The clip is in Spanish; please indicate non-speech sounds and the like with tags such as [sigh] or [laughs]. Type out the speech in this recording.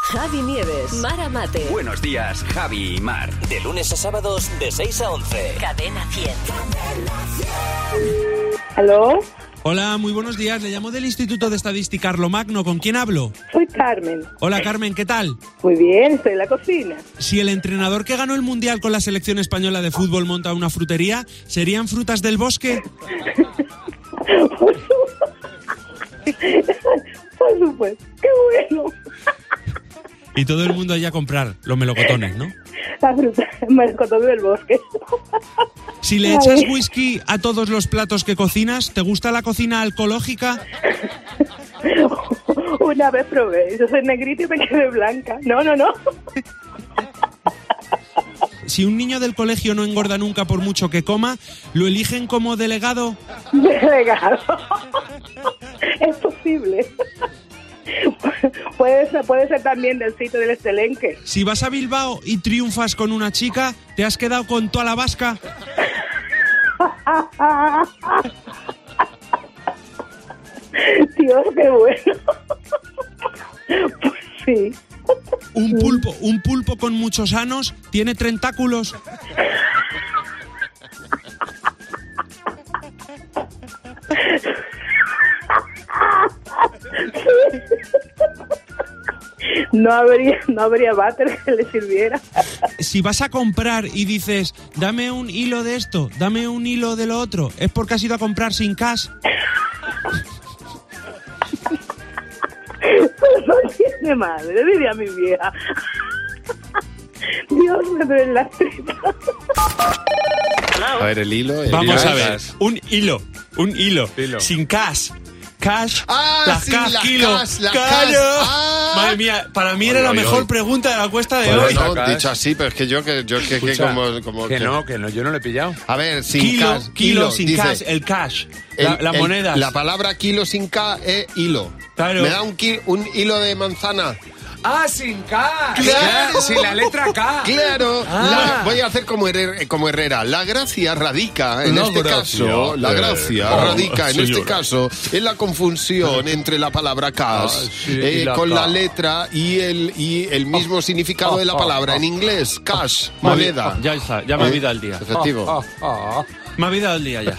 Javi Nieves, Mara Mate, Buenos días, Javi y Mar. De lunes a sábados de 6 a 11. Cadena 100. ¿Aló? Hola, muy buenos días. Le llamo del Instituto de Estadística Arlomagno. ¿Con quién hablo? Soy Carmen. Hola, Carmen, ¿qué tal? Muy bien, estoy en la cocina. Si el entrenador que ganó el Mundial con la selección española de fútbol monta una frutería, ¿serían frutas del bosque? Por supuesto. Por supuesto. Qué bueno. Y todo el mundo allá a comprar los melocotones, ¿no? La fruta, el melocotón del bosque. Si le echas whisky a todos los platos que cocinas, ¿te gusta la cocina alcohológica? Una vez probé, yo soy negrita y me quedé blanca. No, no, no. Si un niño del colegio no engorda nunca por mucho que coma, ¿lo eligen como delegado? Delegado. Es posible. Puede ser, puede ser también del sitio del Estelenque. Si vas a Bilbao y triunfas con una chica, ¿te has quedado con toda la vasca? [laughs] Dios, qué bueno. Pues sí. Un pulpo, un pulpo con muchos anos tiene tentáculos. No habría, no habría váter que le sirviera. [laughs] Si vas a comprar y dices, dame un hilo de esto, dame un hilo de lo otro, es porque has ido a comprar sin cash. Pero no tiene madre, diría mi vieja. [laughs] Dios me duele las tripas. A ver, el hilo. el Vamos hilo. a ver, un hilo, un hilo, Hilo. sin cash. Cash, Ah, las sí, cash, las kilo, cash, las callo. cash. Ah. Madre mía, para mí era Oy, la oy, mejor oy. pregunta de la cuesta de Bueno, hoy. no, Cash. dicho así, pero es que yo que yo que, que Escucha, como, como que, que- no, que no, yo no lo he pillado. A ver, sin Kilo, cash, kilo, sin dice, cash, el cash, la, el- la el- moneda. La palabra kilo sin K es hilo. Claro. Me da un, ki- un hilo de manzana. ¡Ah, sin K! Claro. Sin la letra K. Claro, Ah. la- voy a hacer como, Herrera, eh, como Herrera. La gracia radica en La este gracia, caso, la eh, gracia oh, radica en este señora. caso en la confusión entre la palabra cas Ah, sí, y eh, la con ca. la letra y el y el mismo significado Ah, de la palabra en inglés, cash, moneda. Ya está, ya me ha Eh, vida el día. Efectivo. Me ha vida el día ya.